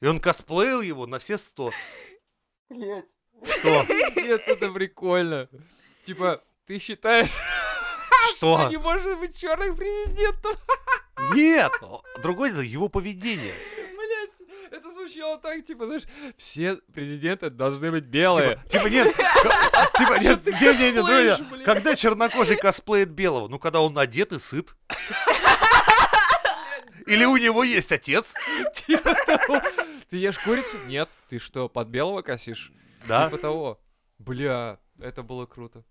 И он косплеил его на все сто. Блять. Что? Пиздец, это прикольно. Типа, ты считаешь, что Что? не может быть черных президентов? Нет! Другое дело, его поведение. Блять, это звучало так, типа, знаешь, все президенты должны быть белые. Типа, типа, нет, типа нет, ты нет, нет, нет, косплеишь, друзья, блин? когда чернокожий косплеит белого? Ну, когда он одет и сыт. Или у него есть отец, Типа того. Ты ешь курицу? Нет. Ты что, под белого косишь? да? Типа того. Бля, это было круто.